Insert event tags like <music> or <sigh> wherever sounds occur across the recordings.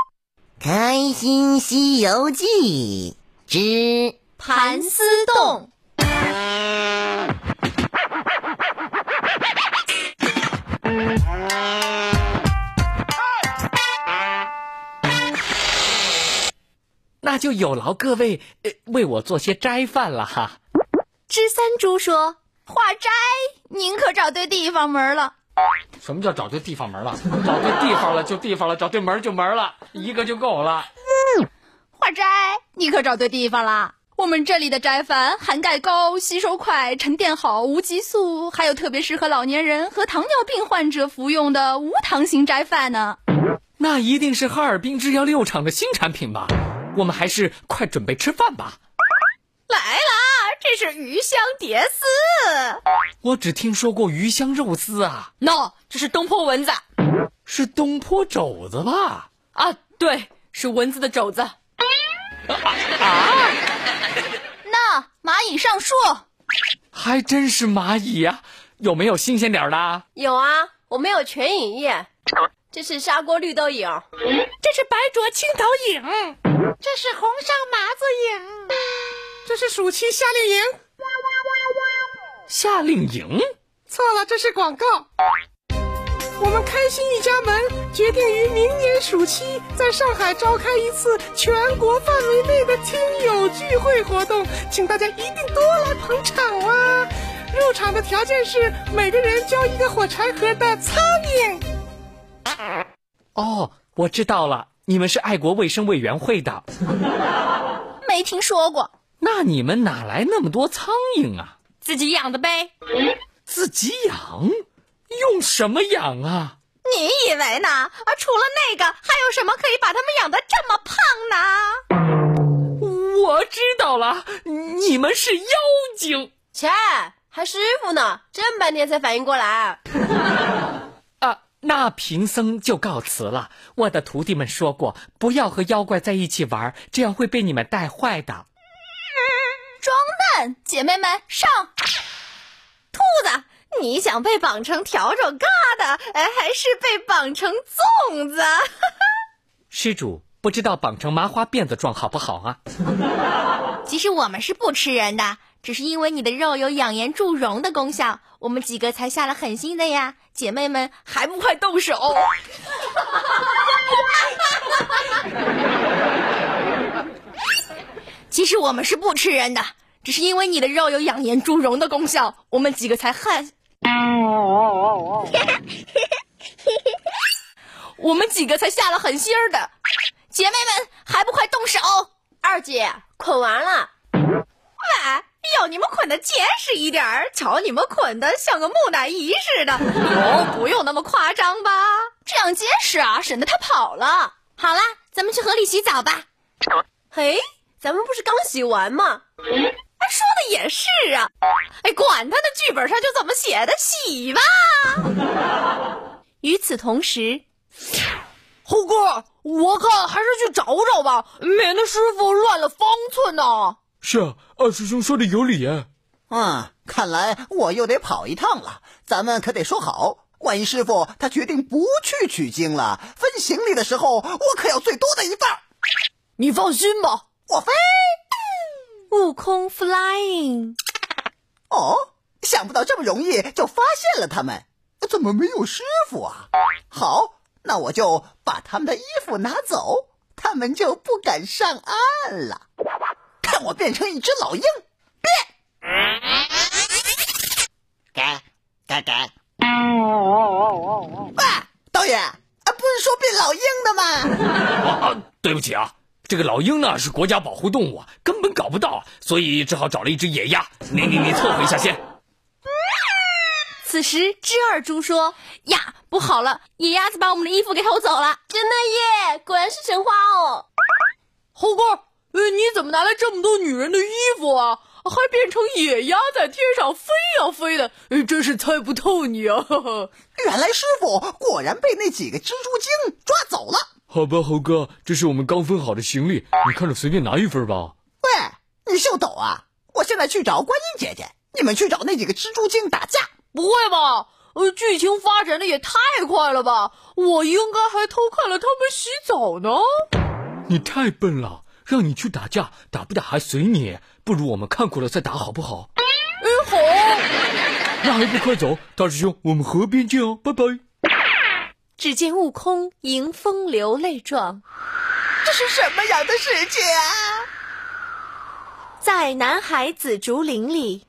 《开心西游记》之盘丝洞。那就有劳各位呃为我做些斋饭了哈。知三猪说：“化斋，您可找对地方门了。什么叫找对地方门了？找对地方了就地方了，找对门就门了，一个就够了。化斋，你可找对地方啦。我们这里的斋饭含钙高、吸收快、沉淀好、无激素，还有特别适合老年人和糖尿病患者服用的无糖型斋饭呢。那一定是哈尔滨制药六厂的新产品吧？我们还是快准备吃饭吧。来啦，这是鱼香蝶丝。我只听说过鱼香肉丝啊， no，这是东坡蚊子是东坡肘子吧？啊，对，是蚊子的肘子。啊那蚂蚁上树，还真是蚂蚁呀、有没有新鲜点儿的啊？有啊，我们有全影液，这是砂锅绿豆影，这是白灼青头影，这是红上麻子影，这是暑期夏令营。夏令营？错了，这是广告。我们开心一家门决定于明年暑期在上海召开一次全国范围内的听友聚会活动，请大家一定多来捧场啊！入场的条件是每个人交一个火柴盒的苍蝇。哦，我知道了，你们是爱国卫生委员会的，没听说过。那你们哪来那么多苍蝇啊？自己养的呗。自己养？用什么养啊？你以为呢？啊，除了那个，还有什么可以把它们养得这么胖呢？我知道了，你们是妖精切，还师傅呢，真半天才反应过来。啊！那贫僧就告辞了。我的徒弟们说过，不要和妖怪在一起玩，这样会被你们带坏的。装嫩，姐妹们上！兔子，你想被绑成笤帚疙瘩，哎，还是被绑成粽子？施主，不知道绑成麻花辫子状好不好啊？其实我们是不吃人的，只是因为你的肉有养颜助容的功效，我们几个才下了狠心的呀。姐妹们还不快动手！其实我们是不吃人的，只是因为你的肉有养颜助容的功效，我们几个才恨。 <laughs> 我们几个才下了狠心儿的，姐妹们还不快动手！二姐，捆完了，哎，要你们捆的结实一点儿，瞧你们捆的像个木乃伊似的。哦，不用那么夸张吧？这样结实啊，省得他跑了。好啦，咱们去河里洗澡吧。嘿，咱们不是刚洗完吗？哎，说的也是啊。哎，管他呢，剧本上就怎么写的，洗吧。 <laughs> 与此同时，猴哥，我看还是去找找吧，免得师傅乱了方寸呢、是啊，二师兄说的有理啊。嗯，看来我又得跑一趟了。咱们可得说好，万一师傅他决定不去取经了，分行李的时候我可要最多的一半儿。你放心吧，我飞悟空 flying。哦，想不到这么容易就发现了他们，怎么没有师傅啊？好，那我就把他们的衣服拿走，他们就不敢上岸了。看我变成一只老鹰！嘎嘎嘎。啊，导演啊，不是说变老鹰的吗？啊，对不起啊，这个老鹰呢是国家保护动物，啊根本搞不到，所以只好找了一只野鸭。你你你凑合一下先。此时，知二猪说：“呀，不好了，野鸭子把我们的衣服给偷走了。”真的耶，果然是神话哦。猴哥，呃，你怎么拿来这么多女人的衣服啊？还变成野鸭在天上飞呀飞的，呃真是猜不透你啊！呵呵原来师傅果然被那几个蜘蛛精抓走了。好吧，猴哥，这是我们刚分好的行李，你看着随便拿一份吧。喂，你秀逗啊！我现在去找观音姐姐，你们去找那几个蜘蛛精打架。不会吧？呃，剧情发展的也太快了吧！我应该还偷看了他们洗澡呢。你太笨了，让你去打架，打不打还随你，不如我们看过了再打好不好？哎，好，那还不快走，大师兄，我们河边见哦，拜拜。只见悟空迎风流泪状，这是什么样的世界啊？在南海紫竹林里。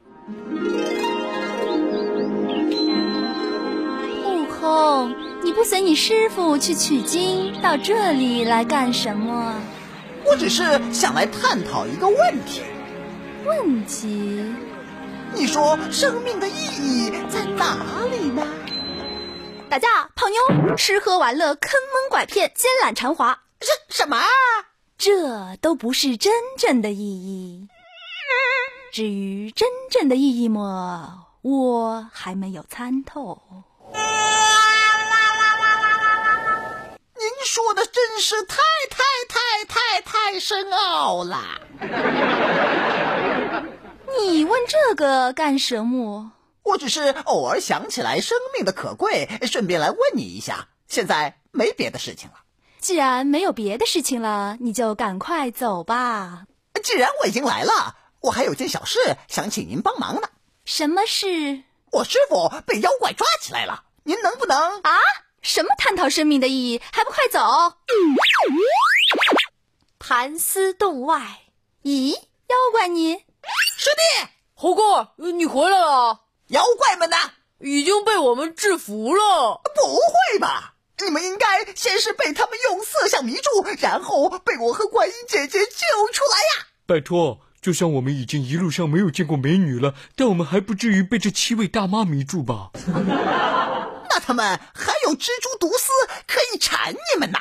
悟空，你不随你师傅去取经，到这里来干什么？我只是想来探讨一个问题。问题？你说生命的意义在哪里呢？打架、泡妞、吃喝玩乐、坑蒙拐骗、奸懒馋滑，是什么啊？这都不是真正的意义。至于真正的意义么，我还没有参透。您说的真是太太太太太深奥了。你问这个干什么？我只是偶尔想起来生命的可贵，顺便来问你一下。现在没别的事情了。既然没有别的事情了，你就赶快走吧。既然我已经来了，我还有件小事想请您帮忙呢。什么事我师傅被妖怪抓起来了，您能不能？啊？什么探讨生命的意义？还不快走！盘丝洞外，咦，妖怪你师弟，猴哥，呃你回来了，啊妖怪们呐，已经被我们制服了。不会吧？你们应该先是被他们用色相迷住，然后被我和观音姐姐救出来呀、拜托，就像我们已经一路上没有见过美女了，但我们还不至于被这七位大妈迷住吧？那他们还有蜘蛛毒丝可以缠你们呐！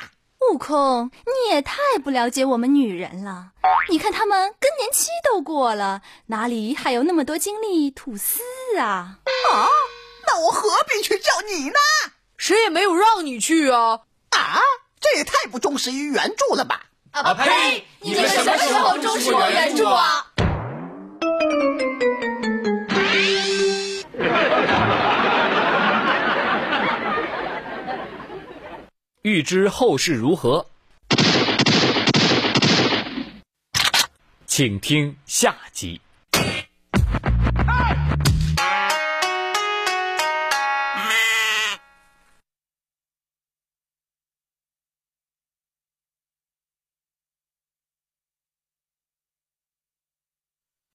悟空，你也太不了解我们女人了。你看他们更年期都过了，哪里还有那么多精力吐丝啊？那我何必去叫你呢？谁也没有让你去啊！啊，这也太不忠实于原著了吧！啊呸！你们什么时候忠实我原著啊？欲知后事如何，请听下集。